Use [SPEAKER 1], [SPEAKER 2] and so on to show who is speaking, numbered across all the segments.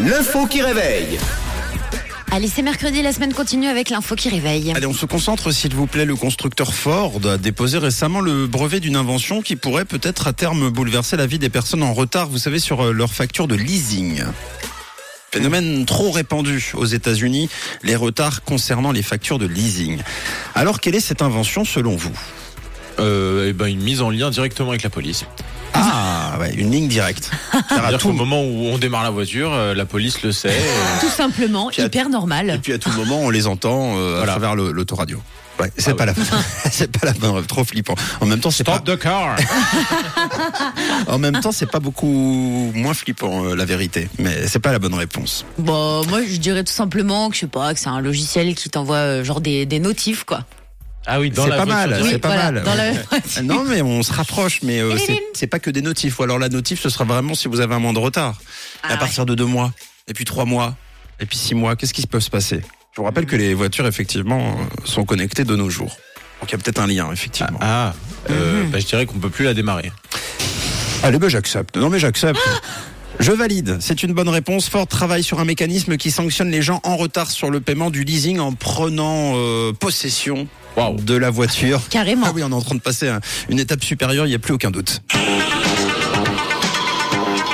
[SPEAKER 1] L'info qui réveille.
[SPEAKER 2] Allez, c'est mercredi, la semaine continue avec l'info qui réveille.
[SPEAKER 3] Allez, on se concentre, s'il vous plaît. Le constructeur Ford a déposé récemment le brevet d'une invention qui pourrait peut-être à terme bouleverser la vie des personnes en retard, vous savez, sur euh, leur facture de leasing. Phénomène trop répandu aux États-Unis, les retards concernant les factures de leasing. Alors, quelle est cette invention selon vous
[SPEAKER 4] euh, eh ben une mise en lien directement avec la police.
[SPEAKER 3] Ah, ouais, une ligne directe. Car à
[SPEAKER 4] C'est-à-dire qu'au
[SPEAKER 3] tout,
[SPEAKER 4] moment où on démarre la voiture, euh, la police le sait. euh,
[SPEAKER 2] Tout simplement,
[SPEAKER 3] à-
[SPEAKER 2] hyper
[SPEAKER 3] et
[SPEAKER 2] normal.
[SPEAKER 3] puis à tout moment, on les entend euh, à
[SPEAKER 4] Voilà.
[SPEAKER 3] travers le- l'autoradio. Ouais, c'est
[SPEAKER 4] Ah
[SPEAKER 3] pas la fin. c'est pas la bonne rêve, trop flippant. En même temps, c'est pas
[SPEAKER 4] Stop the car.
[SPEAKER 3] En même temps, c'est pas beaucoup moins flippant euh, la vérité, mais c'est pas la bonne réponse.
[SPEAKER 2] Bon, Bah, moi, je dirais tout simplement que je sais pas, que c'est un logiciel qui t'envoie euh, genre des, des notifs, quoi.
[SPEAKER 4] Ah oui, dans
[SPEAKER 3] C'est
[SPEAKER 4] la
[SPEAKER 3] pas
[SPEAKER 4] voiture.
[SPEAKER 3] mal.
[SPEAKER 4] Oui.
[SPEAKER 3] c'est pas
[SPEAKER 2] voilà,
[SPEAKER 3] mal.
[SPEAKER 2] Dans la...
[SPEAKER 3] Ah Non, mais on se rapproche, mais euh, c'est-
[SPEAKER 2] Eline.
[SPEAKER 3] c'est pas que des notifs. Ou alors la notif, ce sera vraiment si vous avez un mois de retard.
[SPEAKER 2] Ah
[SPEAKER 3] à partir de deux mois, et puis trois mois, et puis six mois, qu'est-ce qui peut se passer Je vous rappelle que les voitures, effectivement, euh, sont connectées de nos jours. Donc il y a peut-être un lien, effectivement.
[SPEAKER 4] Ah, euh,
[SPEAKER 3] Mhm.
[SPEAKER 4] bah, je dirais qu'on peut plus la démarrer.
[SPEAKER 3] Allez, ben j'accepte. Non, mais j'accepte. Je valide. C'est une bonne réponse. Ford travaille sur un mécanisme qui sanctionne les gens en retard sur le paiement du leasing en prenant euh, possession
[SPEAKER 4] Waouh.
[SPEAKER 3] de la voiture.
[SPEAKER 2] Carrément.
[SPEAKER 3] Ah oui, on est en train de passer à une étape supérieure, il n'y a plus aucun doute.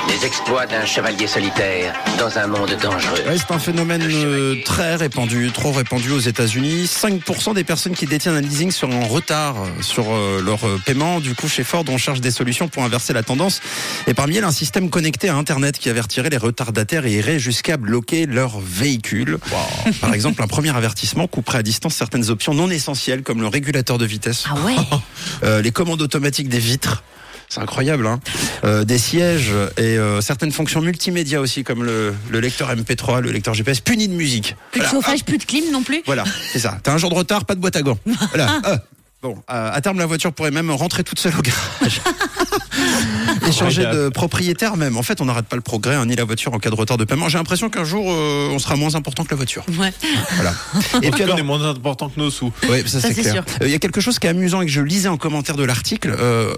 [SPEAKER 5] Les exploits d'un chevalier solitaire dans un monde dangereux.
[SPEAKER 3] Ouais, c'est un phénomène euh, très répandu, trop répandu aux États-Unis. 5% des personnes qui détiennent un leasing sont en retard sur euh, leur euh, paiement. Du coup, chez Ford, on cherche des solutions pour inverser la tendance. Et parmi elles, un système connecté à Internet qui avertirait les retardataires et irait jusqu'à bloquer leur véhicule. Par exemple, un premier avertissement couperait à distance certaines options non essentielles comme le régulateur de vitesse.
[SPEAKER 2] Ah ouais
[SPEAKER 3] Euh, les commandes automatiques des vitres. C'est incroyable, hein Euh, Des sièges et euh, certaines fonctions multimédia aussi, comme le, le lecteur MP3, le lecteur GPS, puni de musique.
[SPEAKER 2] Plus de
[SPEAKER 3] Voilà.
[SPEAKER 2] chauffage, plus de clim non plus
[SPEAKER 3] Voilà, c'est ça. T'as un jour de retard, pas de boîte à gants. Voilà. Ah. Bon, à à terme, la voiture pourrait même rentrer toute seule au garage. Et changer de propriétaire même. En fait, on n'arrête pas le progrès, hein, ni la voiture en cas de retard de paiement. J'ai l'impression qu'un jour, euh, on sera moins important que la voiture.
[SPEAKER 2] Ouais.
[SPEAKER 3] Voilà. Et
[SPEAKER 4] En tout
[SPEAKER 3] puis
[SPEAKER 4] cas,
[SPEAKER 3] alors,
[SPEAKER 4] on est moins important que nos sous.
[SPEAKER 3] oui, ça,
[SPEAKER 2] Ça,
[SPEAKER 3] c'est
[SPEAKER 2] c'est
[SPEAKER 3] clair. Euh,
[SPEAKER 2] sûr.
[SPEAKER 3] Il y a quelque chose qui est amusant et que je lisais en commentaire de l'article. euh,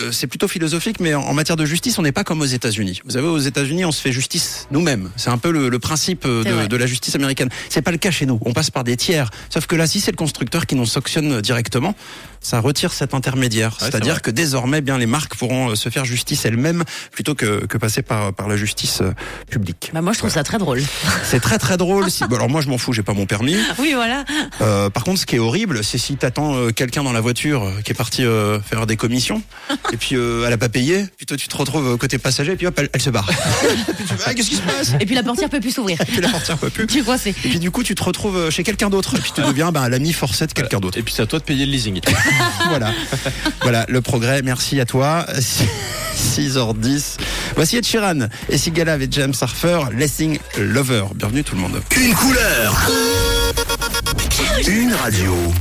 [SPEAKER 3] euh, c'est plutôt philosophique, mais en en matière de justice, on n'est pas comme aux États-Unis. Vous savez, aux États-Unis, on se fait justice nous-mêmes. C'est un peu le, le principe euh,
[SPEAKER 2] C'est
[SPEAKER 3] de,
[SPEAKER 2] vrai.
[SPEAKER 3] de la justice américaine. C'est pas le cas chez nous. On passe par des tiers. Sauf que là, si c'est le constructeur qui nous sanctionne directement, ça retire cet intermédiaire.
[SPEAKER 4] c'est
[SPEAKER 3] C'est-à-dire
[SPEAKER 4] vrai.
[SPEAKER 3] que désormais, bien, les marques pourront euh, se faire justice elles-mêmes plutôt que, que passer par, par la justice euh, publique.
[SPEAKER 2] Bah moi je trouve ça très drôle.
[SPEAKER 3] C'est très très drôle. Si... Bon, alors moi, je m'en fous, j'ai pas mon permis.
[SPEAKER 2] Oui voilà.
[SPEAKER 3] Euh, par contre, ce qui est horrible, c'est si t'attends euh, quelqu'un dans la voiture euh, qui est parti euh, faire des commissions, et puis euh, elle a pas payé, puis toi tu te retrouves euh, côté passager, et puis hop, elle, elle se barre. Et puis tu fais, ah, qu'est-ce qui se passe
[SPEAKER 2] Et puis la portière peut plus s'ouvrir.
[SPEAKER 3] Et puis la portière peut plus.
[SPEAKER 2] Tu es coincé.
[SPEAKER 3] Et puis du coup, tu te retrouves euh, chez quelqu'un d'autre, et puis tu deviens ben, l'ami forcé de quelqu'un d'autre.
[SPEAKER 4] Et puis c'est à toi de payer le leasing.
[SPEAKER 3] Voilà. Voilà, le progrès, merci à toi. 6h10. Voici Ed Sheeran et Sigala avec James Surfer, Lessing Lover. Bienvenue tout le monde.
[SPEAKER 1] Une couleur. Une radio.